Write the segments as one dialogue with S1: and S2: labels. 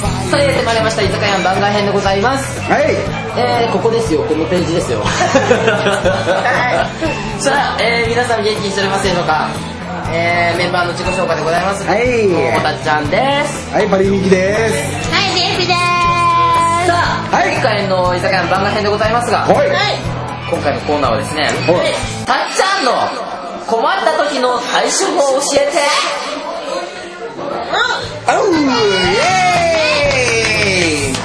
S1: 迫りました居酒屋番外編でございます
S2: はい
S1: えー、ここですよこのページですよさあ、えー、皆さん元気にしておりませんのかえー、メンバーの自己紹介でございます
S2: はい
S1: ももたちゃんです
S2: はいパリミキです
S3: はい、レイピでー
S1: さあ、
S2: はい
S1: 今回の居酒屋の番外編でございますが、
S2: はい
S3: す。はい。
S1: 今回のコーナーはですね
S2: はい
S1: たっちゃんの困った時の対処法を教えて
S2: あうイエーイ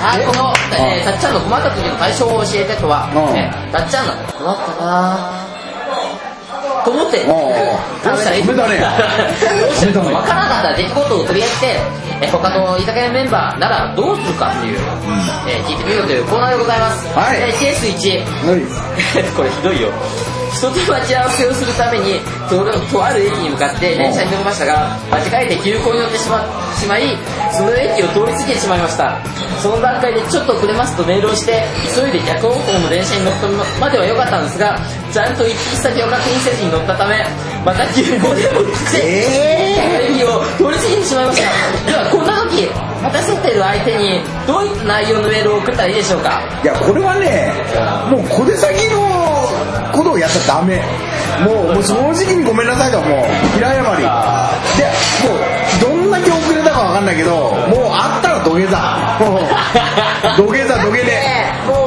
S1: はい、この、えー、たっちゃんの困った時の対処法を教えてとは、
S2: うん
S1: えーたっちゃんの困ったなぁと思って、
S2: おうおう
S1: どうしたらいい
S2: ダメだね
S1: どう し
S2: ダ
S1: たらいい
S2: メだね
S1: わからなかった出来事を取り上げて、えー他の居酒屋メンバーならどうするかっていう、えー聞いてみようというコーナーでございます。
S2: はい
S1: えーケース1、
S2: は
S1: これひどいよ人と待ち合わせをするためにととある駅に向かって電車に乗りましたが間違えて急行に乗ってしましまいその駅を通り過ぎてしまいましたその段階でちょっと遅れますとメールをして急いで逆方向の電車に乗ったまでは良かったんですがちゃんと行き先を確認せずに乗ったためまた急行で乗って駅を通り過ぎてしまいましたではこんな時待たせている相手にどういった内容のメールを送ったらいいでしょうか
S2: いやこれはねもう小手先のことをやっちゃダメもうもう正直にごめんなさいともう平謝りでもうどんだけ遅れたかわかんないけどもうあったら土下座もう土下座土下で
S3: もう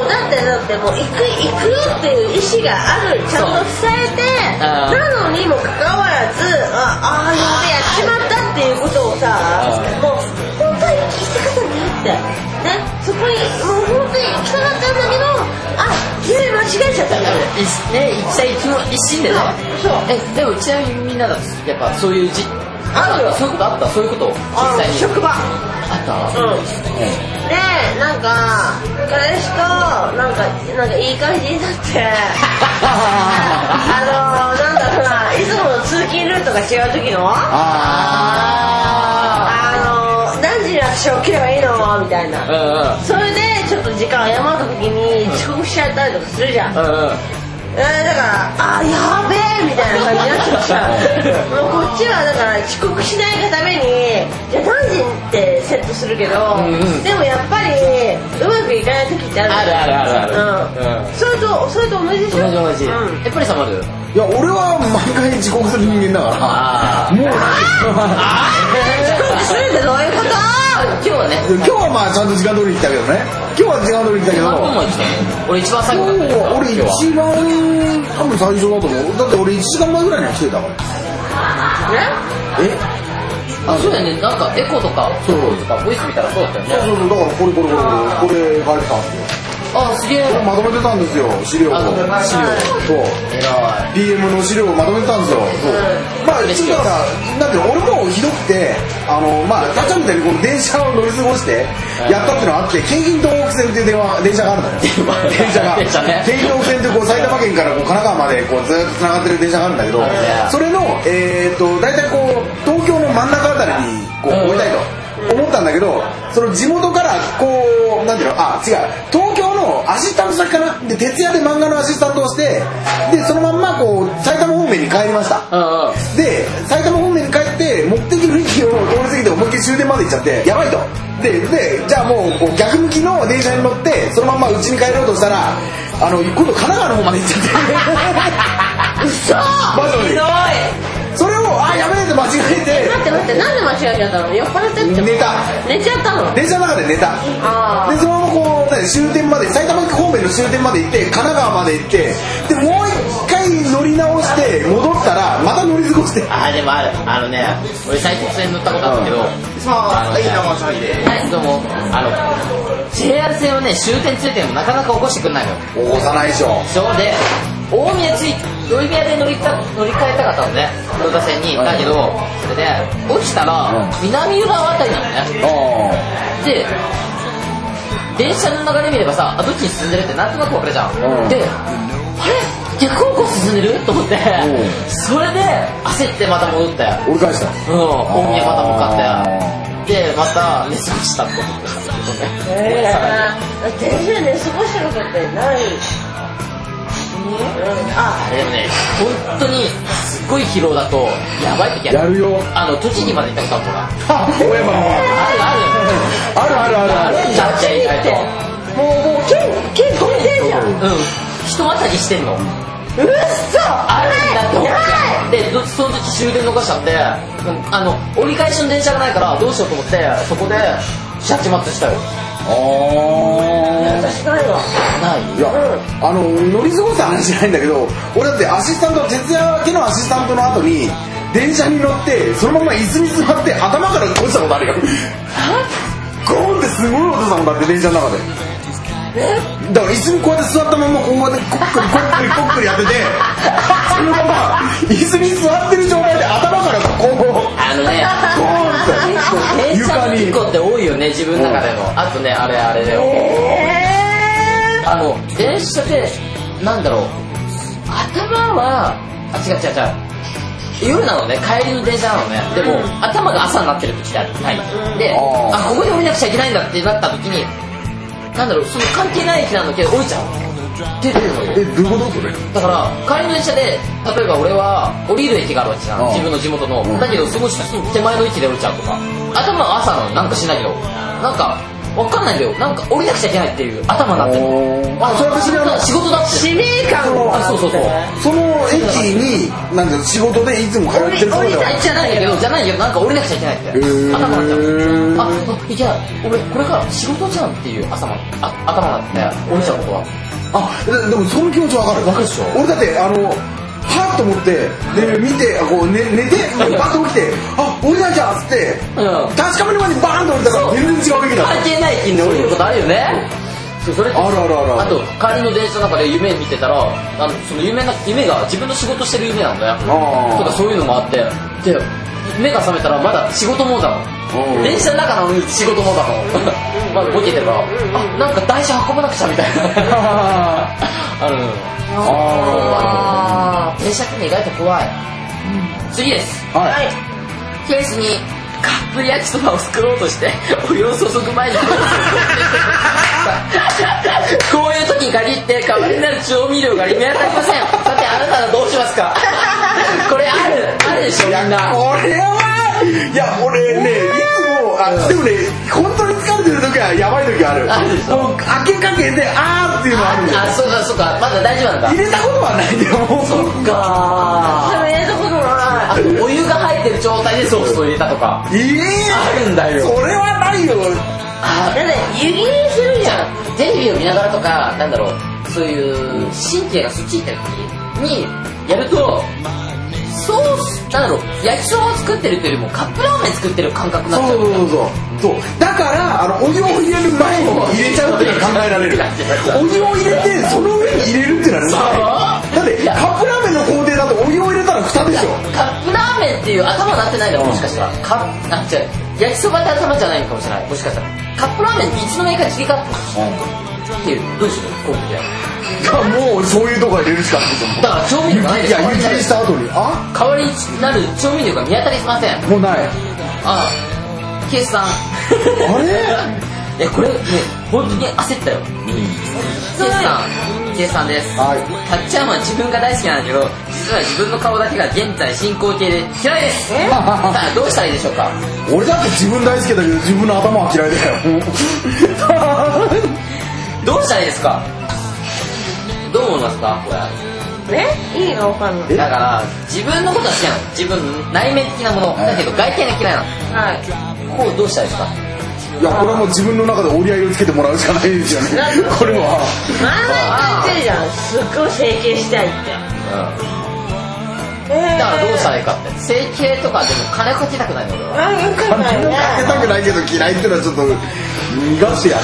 S3: だってだってもう行く行くよっていう意思があるちゃんと伝えて
S1: あー
S3: なのにもかかわらずああーやべやっちまったっていうことをさ
S1: あー
S3: もう本当に聞きたかったんだよってねそこにもう本当に行きたかったんだけどあゆめ間違えちゃったんだよ
S1: いね、一社一の一心でね
S3: そう
S1: えでもちなみにみんなだやっぱそういうじ
S3: あるよ
S1: そういうことあったそういうこと
S3: あ
S1: 実際
S3: の
S1: に
S3: 職場
S1: あった
S3: うんでなんか彼氏となんかなんかいい感じにな ってあのー、なんだろうな、いつもの通勤ルートが違う時の、あ
S1: あ
S3: のー、何時に私起きればいいのみたい
S1: ー
S3: な。
S1: あ
S3: それで、ちょっと時間誤った時に遅刻しちゃったりとかするじゃん。え
S1: うんうんうんうん
S3: ー、だから、あー、やべえみたいな感じになっちゃうじゃん。 もうこっちはだから遅刻しないがために、じゃあ何時ってセットするけど、
S1: んうん
S3: でもやっぱり、うまくいかない時ってある
S1: あるあるあるある
S3: うん。それと、それと同じでしょ
S1: 同じ同じ
S3: うん
S1: えっぱりさんもある
S2: いや俺は毎回遅刻する人間だ
S1: あ
S2: から
S1: ー
S2: もう
S3: 遅刻するってどういうこと
S1: 今日はね
S2: 今日はまあちゃんと時間通りに来たけどね今日は時間通りに来たけど
S1: マコンも来て俺一番最後
S2: 今
S1: だっ
S2: 日
S1: たよ
S2: は俺一
S1: 今
S2: 番多
S1: 日は
S2: 分最初だと思うだって俺1時間前ぐらいには来てたから
S3: ね
S2: え
S1: あそうだよねなんかエコーとか
S2: そう
S1: とかボイス見たらそうだったよ
S2: そうそうそう
S1: ね
S2: だからこれこれこれこれ書いてたんですよ
S1: あすげえ
S2: これまとめてたんですよ資料を
S1: あ
S2: 資
S1: ごめ
S2: 料
S1: んなさい
S2: そう
S1: 偉い
S2: PM の資料をまとめてたんですよそうまあ一
S1: 嬉しい
S2: 応だからだって俺もひどくてあのまあガチャみたいにこの電車を乗り過ごしてやったっていうのがあって京浜東北線っていう電話電車があるのよ電車が
S1: 電車ね
S2: 京浜東北線ってこう埼玉県からこう神奈川までこうずっとつながってる電車があるんだけど
S1: あるね
S2: それのえっと大体こう東京の真ん中あたりにこう置
S1: うん
S2: いたいと思ったんだけどその地元からこうなんていうのあ違う東京のアシスタント先かなで徹夜で漫画のアシスタントをしてでそのまんまこう埼玉方面に帰りました
S1: うんうん
S2: で埼玉方面に帰って目的の駅を通り過ぎて思いっきり終電まで行っちゃってやばいとででじゃあもうこう逆向きの電車に乗ってそのまんま家に帰ろうとしたらあの今度神奈川の方まで行っちゃってうそマジでそれをあやべえって間違え
S3: 待って待って、なんで間違えちゃったの酔っ払っちゃって
S2: て寝た
S3: 寝ちゃったの
S2: 電車の中で寝た
S3: あ
S2: でそのままこう何終点まで埼玉方面の終点まで行って神奈川まで行ってでもう一回乗り直して戻ったらまた乗り過ごして
S1: あーでもあるあのね俺最近線乗ったことあるけど
S4: さあ、いいな、まさぎで。
S1: はいどうもあの JR 線はね終点ついてもなかなか起こしてくんないのよ
S2: 起こさないでしょ
S1: そうで大宮つい大宮で乗りか乗り換えたかったのね黒田線に
S2: はい
S1: だけどそれで落ちたら
S2: う
S1: 南浦和あたりなのね
S2: あ
S1: で電車の流れ見ればさあどっちに進んでるってなんとなくわかるじゃん
S2: うん
S1: であれ逆方向進んでると思って
S2: う
S1: それで焦ってまた戻ったよ
S2: あ折り返した
S1: うん大宮また向か
S2: あ
S1: ってでまた寝過ごしたって思ってたんだけ
S3: ー
S1: どね
S3: え
S1: さらに
S3: ー、電車で寝過ごしたことってないうん、あ、
S1: でもね、本当にすっごい疲労だと、やばい時ある。
S2: やるよ
S1: あの、栃木まで行ったことあると
S2: あ
S1: か。
S2: 小山の
S1: あるある。
S2: あるあるあるある
S1: あるんだ
S3: しに来てもうもう県県国定じゃんうっ
S1: うん一またぎしてんの
S3: そ
S1: あ
S3: あ
S1: るんだと
S3: れ
S1: 思
S3: やば
S1: っ
S3: い
S1: てでどその時終電逃しちゃってうんあの折り返しの電車がないからどうしようと思ってそこでシャチマッチしたよ
S2: あ
S3: 私ないわ
S1: ない
S2: ーいや、あの乗り過ごす話じゃないんだけど俺だってアシスタント徹夜明けのアシスタントの後に電車に乗ってそのまま椅子に座って頭から落ちたことあるよゴーンってすごい音したもんだって電車の中でだから椅子にこうやって座ったままこうやってこっくりこっくりこっくりやっててそのまま椅子に座ってる状態で頭からこうゴーンっ
S1: あの
S2: て
S1: ね電車
S2: 床
S1: の
S2: に
S1: 事故って多いよね自分の中でもあとねあれあれだよ
S3: え
S1: あの電車でなんだろう頭はあ違う違う違う夜なのね帰りの電車なのねでも、頭が朝になってる時がないで
S2: あー
S1: あここで降りなくちゃいけないんだってなった時になんだろうその関係ない駅なんだけど降りちゃう出てるのよ
S2: えどういうことそれ
S1: だから帰りの電車で例えば俺は降りる駅があるわけじゃ
S2: うん
S1: ん自分の地元の、
S2: うん
S1: だけどすごい手前の駅で降りちゃうとか頭は朝なのなんかしないけどなんかわかんないんだよなんか降りなくちゃいけないっていう頭になって
S2: おー
S1: る
S2: あそれは私が
S1: 仕事だって
S3: 使命感を
S1: あそうそうそう
S2: その駅になんだろう仕事でいつも通ってるとこだ
S3: 降り降りたい
S1: じゃないけどじゃないけどなんか降りなくちゃいけないって
S2: ー
S1: 頭になっちゃうああいけない俺これから仕事じゃんっていう頭あ頭になって降りちゃうことは
S2: あででもその気持ちわかる
S1: わかるでしょ
S2: 俺だってあのはっと思ってで見てこう寝寝てバッと起きてあ降りなきゃっつって
S1: うん
S2: 確かめる前にバーンと降りたから
S1: そう
S2: 全然違う駅だ
S1: 関係ない駅に降りることあるよねそうそれって
S2: あるあるある
S1: あと帰りの電車の中で夢見てたらあのその夢が夢が自分の仕事してる夢なんだよ
S2: あー
S1: とかそういうのもあってで目が覚めたらまだ仕事もだも
S2: うん
S1: ん電車の中なのに仕事もだもん まだボケてるからあなんか台車運ばなくちゃみたい なあるのよ
S2: あ
S1: 電車ってね意外と怖い次です
S2: ーは
S3: はいい
S1: ケースにカップ焼きそばを作ろうとして お湯を注ぐ前にこういう時に限って代わりになる調味料が見当たりませんさてあなたはどうしますか これあるあるでしょみんな
S2: これはいや俺ねいつもあでもね本当に疲れてる時はやばい時ある
S1: あるでしょ
S2: もう開けかけてあーっていうのはあるんだよ
S1: あそうかそうかまだ大丈夫なん
S2: 入
S1: だ
S2: れたことはないけどもう
S1: そっか
S3: 食べれたことな
S1: あとお湯が入ってる状態でソースを入れたとか
S2: ええ
S1: あるんだよ
S2: それはないよ
S1: あ
S3: いだって湯切りするじゃん
S1: テレビを見ながらとかなんだろうそういう神経がそっち行ってる時にやるとソースなんだろう焼きそばを作ってるというよりもカップラーメン作ってる感覚になっちゃ
S2: そう
S1: う
S2: そうそうそうだからあのお湯を入れる前に入れちゃうっていうのは考えられるお湯を入れてその上に入れるっていうのはねだってカップラーメンの工程だとお湯を入れたら蓋でしょ
S1: カップラーメンっていう頭になってないのもしかしたらカッあ違う焼きそばって頭じゃないのかもしれないもしかしたらカップラーメンっていつの間にか違かったっていうどうするこうみたい
S2: もうそういうとこは入れるしかないと思
S1: なだから調味料がない
S2: う
S1: で
S2: い
S1: す
S2: や湯切りした後にあ
S1: 代わりになる調味料が見当たりません
S2: もうない
S1: ああケイスさんあれ えこれね本当に焦ったよ、ケイスさんケイスさんです
S2: はい
S1: タッチャーマン自分が大好きなんだけど実は自分の顔だけが現在進行形で嫌いです
S3: え
S1: さあどうしたらいいでしょうか
S2: 俺だって自分大好きだけど自分の頭は嫌いだよ
S1: どうしたらいいですかどう思いますかこれ
S3: ね意味がわかんない
S1: だから自分のことは好きなの自分の内面的なものだけど外見が嫌いな
S3: はい
S1: のこうどうしたらいいですか
S2: いやこれはもう自分の中で折り合いをつけてもらうしかないですよねこれは
S3: 前々言ってるじゃんすっごい整形したいって
S1: うん
S3: えー
S1: だからどうしたらいいかって整形とかでも金かけたくないの俺は
S3: あよく
S2: 金
S3: ない
S2: も
S3: ね
S2: かけたくないけど嫌いってのはちょっと苦 手やな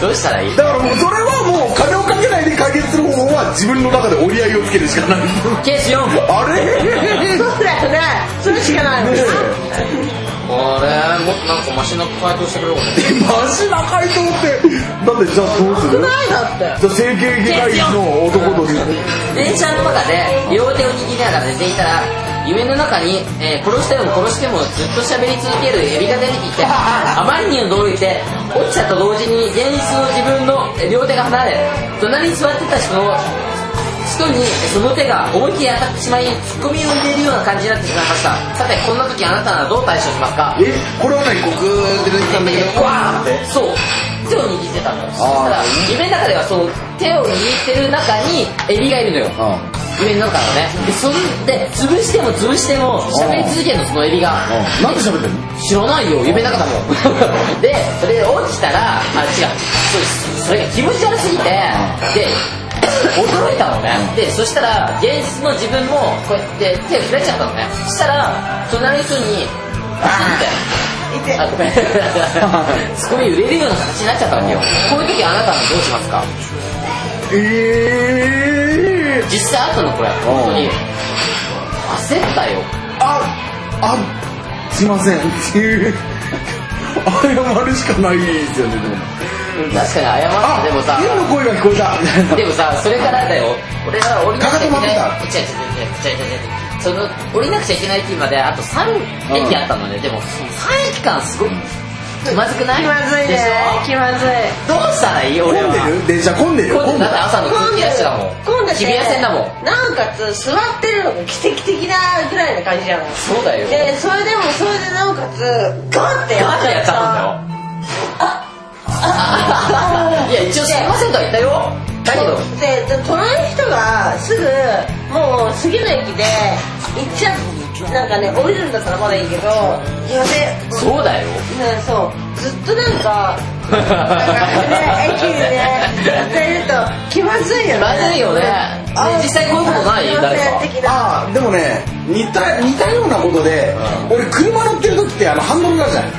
S1: どうしたらいい
S2: だからもうそれはもう金をかけないで解決する方法は自分の中で折り合いをつけるしかない
S1: ケース4こ
S2: あれ
S3: そうだよねそれしかないもんね
S1: れもっとなんかマシな回答してくれよ
S2: マジな回答ってだってじゃあどうする
S3: ないだって
S2: じゃあ整形外科医の男と
S1: 電車の中で両手を握りながら寝ていたら夢の中に、えー殺しても殺してもずっと喋り続けるエビが出てきてあまりに驚いて落ちたと同時に現実の自分の両手が離れ隣に座ってた人の人にその手が思いっきり当たってしまいツッコミを入れるような感じになってしまいましたさてこんな時あなたならどう対処しますか
S2: えこれは何こうグーって出てきたんだけど
S1: わ
S2: って
S1: ーそう手を握ってたのよそしたら
S2: あー
S1: 夢の中ではその手を握ってる中にエビがいるのよ
S2: う
S1: 夢の中のねでそれで潰しても潰しても喋り続けるのそのエビが
S2: んうんなんで喋ってんの
S1: 知らないよ夢の中だもんでそれで落ちたらあ違うそうそれが気持ち悪すぎてで驚いたのねでそしたら現実の自分もこうやって手を開いちゃったのねそしたら隣の人に「あーって
S3: て
S1: あごめんツッコミ売れるような形になっちゃったわけよこういう時あなたはどうしますか
S2: えー
S1: 実際あったのこれ本当に
S2: うん
S1: 焦ったよ
S2: ああすいません っていう謝るしかないですよねでも
S1: 確かに謝っ
S2: あ
S1: てでもさ
S2: 天の声が聞こえたみたいな
S1: でもさ、それからだよ。俺は降りなくちゃいけない。
S2: かかと
S1: 違う違う違う違う違う違う。その、降りなくちゃいけない駅まであと3駅あったのね。でも、3駅間すごく気まずくない
S3: 気まずい
S1: でし
S3: ね
S1: ょ
S3: 気まずい
S1: どうしたらいい俺
S2: 混ん
S1: は。
S2: でる電車混んでる
S1: 混んでるだって朝の
S3: 混
S1: 空
S3: ん
S1: 気
S3: で
S1: 出しだもん。
S3: 混んでて
S1: 日比谷線だもん。
S3: なおかつ座ってるのが奇跡的なぐらいの感じじゃない
S1: そうだよ。
S3: でそれでもそれでなおかつガンってや
S1: ガー
S3: っ
S1: て
S3: ちゃ
S1: やっ
S3: ったた
S1: もんだよ。あいや、一応すいませんとは言ったよ。だけど、
S3: でで隣の人がすぐもう次の駅で行っちゃうなんかね降りるんだったらまだいいけどやべ
S1: そうだよ。
S3: ねそうずっとなんかなんかね駅にねやってると気まずいよね
S1: 気まずいよね
S3: あ
S1: ね実際こういうことない
S3: すません
S1: 誰か
S3: 的な
S2: ああでもね似た似たようなことで、俺車乗ってる時ってあのハンドルがあるじゃない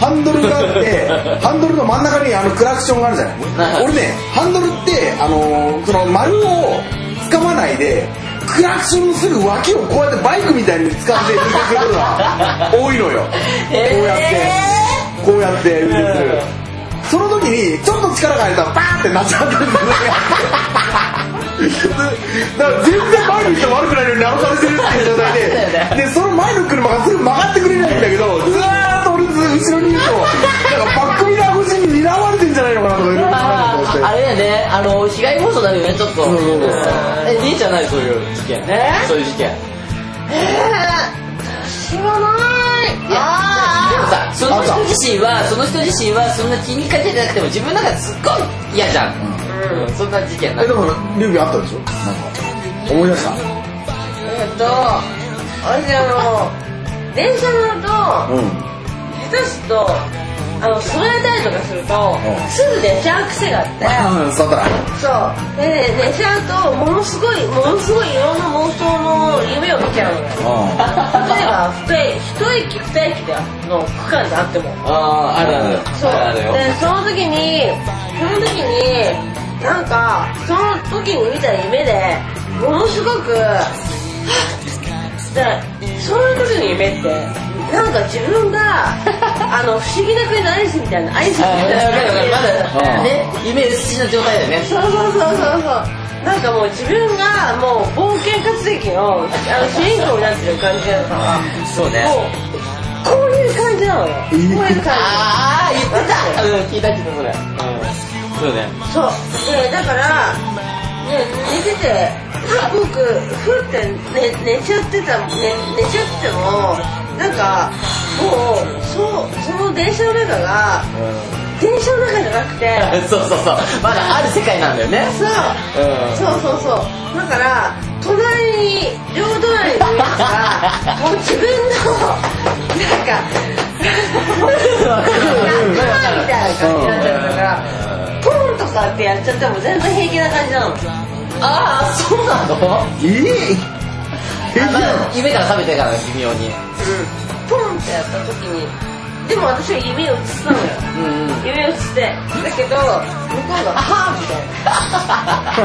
S2: ハンドルがあって ハンドルの真ん中にあのクラクションがあるじゃ
S1: はい
S2: な
S1: は
S2: い
S1: い
S2: 俺ねハンドルってあのーその丸を掴まないでクラクションのすぐ脇をこうやってバイクみたいに掴んで運転すること が多いのよ、こうやってこうやって運転する、その時にちょっと力が入れたらパーンってなっちゃったんだよねだから全然前の人悪くないのに鳴らされてるっていう状態ででその前の車がすぐ曲がってくれないんだけどずーっと俺ず後ろにいるとなんかバックミラー越しに睨まれてんじゃないのかなとかいろいろ考えて
S1: あ
S2: 思
S1: あ
S2: って
S1: れだよね、あの被害妄想だよね、ちょっ
S2: そ
S1: と。
S2: うそうそう
S1: え、兄ちゃんない、そういう事件。そういう事件。
S3: えー知らない
S1: いやでもさ、その
S2: あ
S1: 人自身は、その人自身は、そんな気にかけてなくても、自分の中ですっごい嫌じゃん。うん、そんな事件な
S2: え
S1: ん
S2: で
S1: か。
S2: もリュウビあったでしょなんか思い出した
S3: えっと私あの電車乗ると
S2: うん
S3: 下手するとあの座れたりとかすると
S2: うん
S3: すぐ寝ちゃう癖があって
S2: うんそうだったら
S3: そうで寝ちゃうとものすごいものすごいいろんな妄想の夢を見ちゃうのよ
S2: う
S3: 例えば一駅二駅での区間であっても
S1: あー、あるある。
S3: そう
S1: あるあるよ。
S3: でその時にその時になんかその時に見た夢でものすごくはぁでそういう時の夢ってなんか自分が あの不思議な国のアリスみたいなアリスみ
S1: あーわ
S3: たい
S1: かるわかる
S3: な
S1: まだ、
S2: うん
S1: ね、夢薄しの状態だよね。
S3: そうそうそうそうそうなんかもう自分がもう冒険活劇のあの主人公になってる感じだから
S1: そうね。
S3: もうこういう感じなのよこういう感じ
S1: あー、言ってた。うん、聞いたけど、それ。うん。そうね。
S3: そうでだから、ね、寝ててすごくふって、ね、寝ちゃってた、ね、寝ちゃってもなんかもうそうその電車の中が電車の中じゃなくて
S1: そうそうそう。まだある世界なんだよね。
S3: そう
S1: うん。
S3: そうそうそうだから隣に両隣にいる人がもう自分のなんか
S1: わかる
S3: 仲間みたいな感じになっちゃったからポンとかってやっちゃっても全然平気な感じなの
S1: ああそうなの
S2: んいい平気なの
S1: 夢から覚めてから微妙に
S3: ポンってやった時にでも私は夢を映したのよ
S1: うんうん
S3: 夢を映してだけど向こうが「あはーみた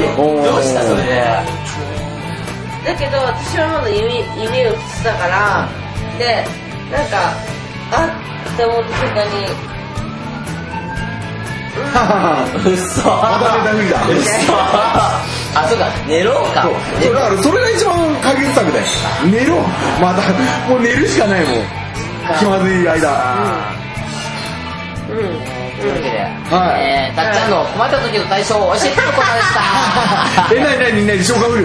S3: い
S1: どうしたそれで
S3: なだけど私はまだ夢夢を映したからでなんかあっって思った瞬間に
S1: うっそ
S2: また寝たふりだ
S1: うっそあそうか寝ろうか
S2: そうそうだからそれが一番解決策だよ寝ろまたもう寝るしかないもん気まずい間
S3: うん
S1: というわけで、
S2: はい
S1: えーたっちゃんの困った時の対処を教えてのコーナーでした。
S2: えなになになに消化不良
S1: い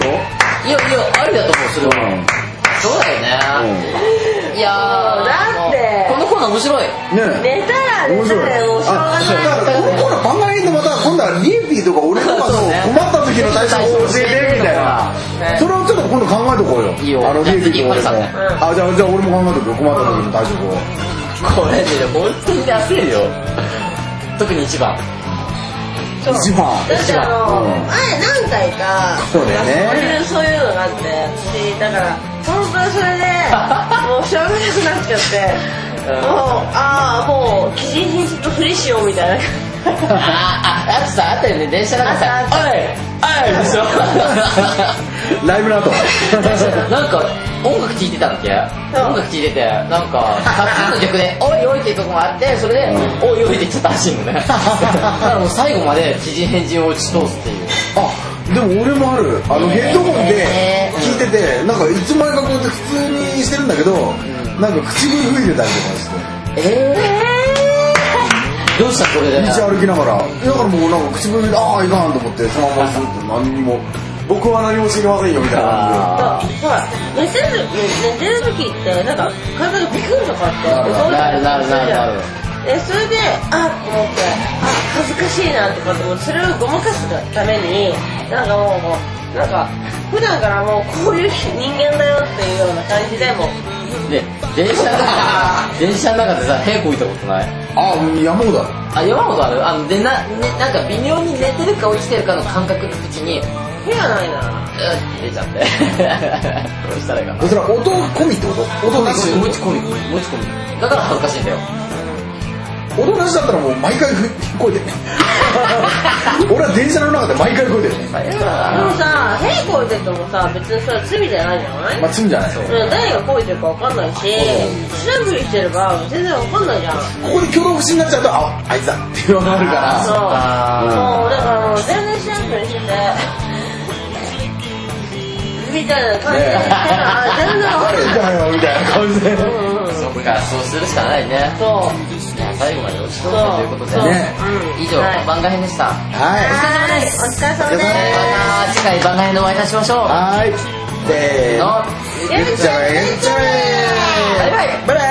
S1: やいや、ありだと思う、それは。
S2: うん
S1: そうだよね。いやー
S3: だって
S1: このコーナー面白い。
S2: ね
S3: 寝たら
S2: 面
S3: 寝
S2: 白
S3: た
S2: い
S3: らもうしょう
S2: あそうだ
S3: が
S2: からこのコーナー番外編でまた今度はリエピーとか俺とかの
S1: そうそうね
S2: 困った時の対処法を教えてみたいな
S1: ね
S2: それをちょっと今度考えとこうよ
S1: いいよ
S2: あのリエピーと俺
S1: じゃあ次
S2: もあじゃあじゃあ俺も考えとこう困った時の対処法を
S1: これで、本当に焦るよ。特に一番。
S3: ない
S2: 一番
S3: だってあの、
S2: うん
S3: 前何回か
S2: そうだよね
S3: なんかそういうそういうのがあって私だから本当に それでもうしょうがなくなっちゃって、
S1: うん
S3: もうああもう基人にちょっとふりしようみたいな
S1: あ、あ、あとさ、あったよね、電車の中さ、おい、おいでしょ
S2: ライブの 後
S1: なんか、音楽聴いてたんだっけ
S3: そう
S1: 音楽聴いてて、なんか、タッチの曲で、おいおいっていうとこもあって、それで、おいおいってちょっと走るのね。だからもう最後まで、知人変人を打ち通すっていう。
S2: あでも俺もあるあのヘッドホンで
S1: えー
S2: 聞いててなんかいつまでかこうやって普通にしてるんだけどなんか口笛吹いてたりとかして
S1: えー、どうしたこれで。
S2: 道歩きながらだからもうなんか口笛でああいかんと思ってそのままずっと何にも僕は何も知りませんよみたいな感
S1: あー
S3: ほら寝てる寝てる時ってなんか体がビクンとかって
S1: なるなるなるなる
S3: でそれであっと思ってあ恥ずかしいなとかって思ってそれをごまかすためになんかもうもうなんか普段からもうこういう人間だよっていうような感じでもう
S1: で、電車の中、電車の中でさ、屁こいたことない
S2: じでああー山ほどあ
S1: あ、山ほどあるあの、で、な、ね、なんか微妙に寝てるか起きてるかの感覚の時に、うっ
S3: 手がないな
S1: て出ちゃって。 どうしたらいいかな。
S2: るそれは音込みってこと音なし
S1: 持ち込み、持ち込み。だから恥ずかしいんだよ。
S2: 音なしだったらもう毎回吹こえ てるね俺は電車の中で毎回こえてるね
S1: 最
S3: で
S1: 悪
S3: も
S1: だ
S3: でも
S1: な。
S3: さ屁こいててもさ別にそれは罪じゃないじゃない、
S2: まあ罪じゃないこ
S3: うん誰がこいてるかわかんないし調べしてれば全然わかんないじゃん
S2: こで挙動不審になっちゃうとああいつだっていうのがあるから
S3: そう
S1: あー
S3: もうだからもう全然しなくにしててみたいな感じ
S2: ね
S3: で、
S2: え
S3: あ全然わかん
S2: 誰
S3: ない
S2: だよみたいな感じでね
S3: うんうん
S1: そっか、そうするしかないね。
S3: そう
S1: 最後まで落ち通
S3: そう
S1: ったということで。
S3: そううん
S1: 以上、
S3: はい
S1: 番外編でした。
S2: はい
S3: はいお疲れ様
S2: お疲れ様です
S1: えー
S3: です
S1: また次回番外編でお会いいたしましょう。
S2: はいせーの
S1: の、
S2: じゃあじゃあ
S1: バイバイ
S2: バイバイ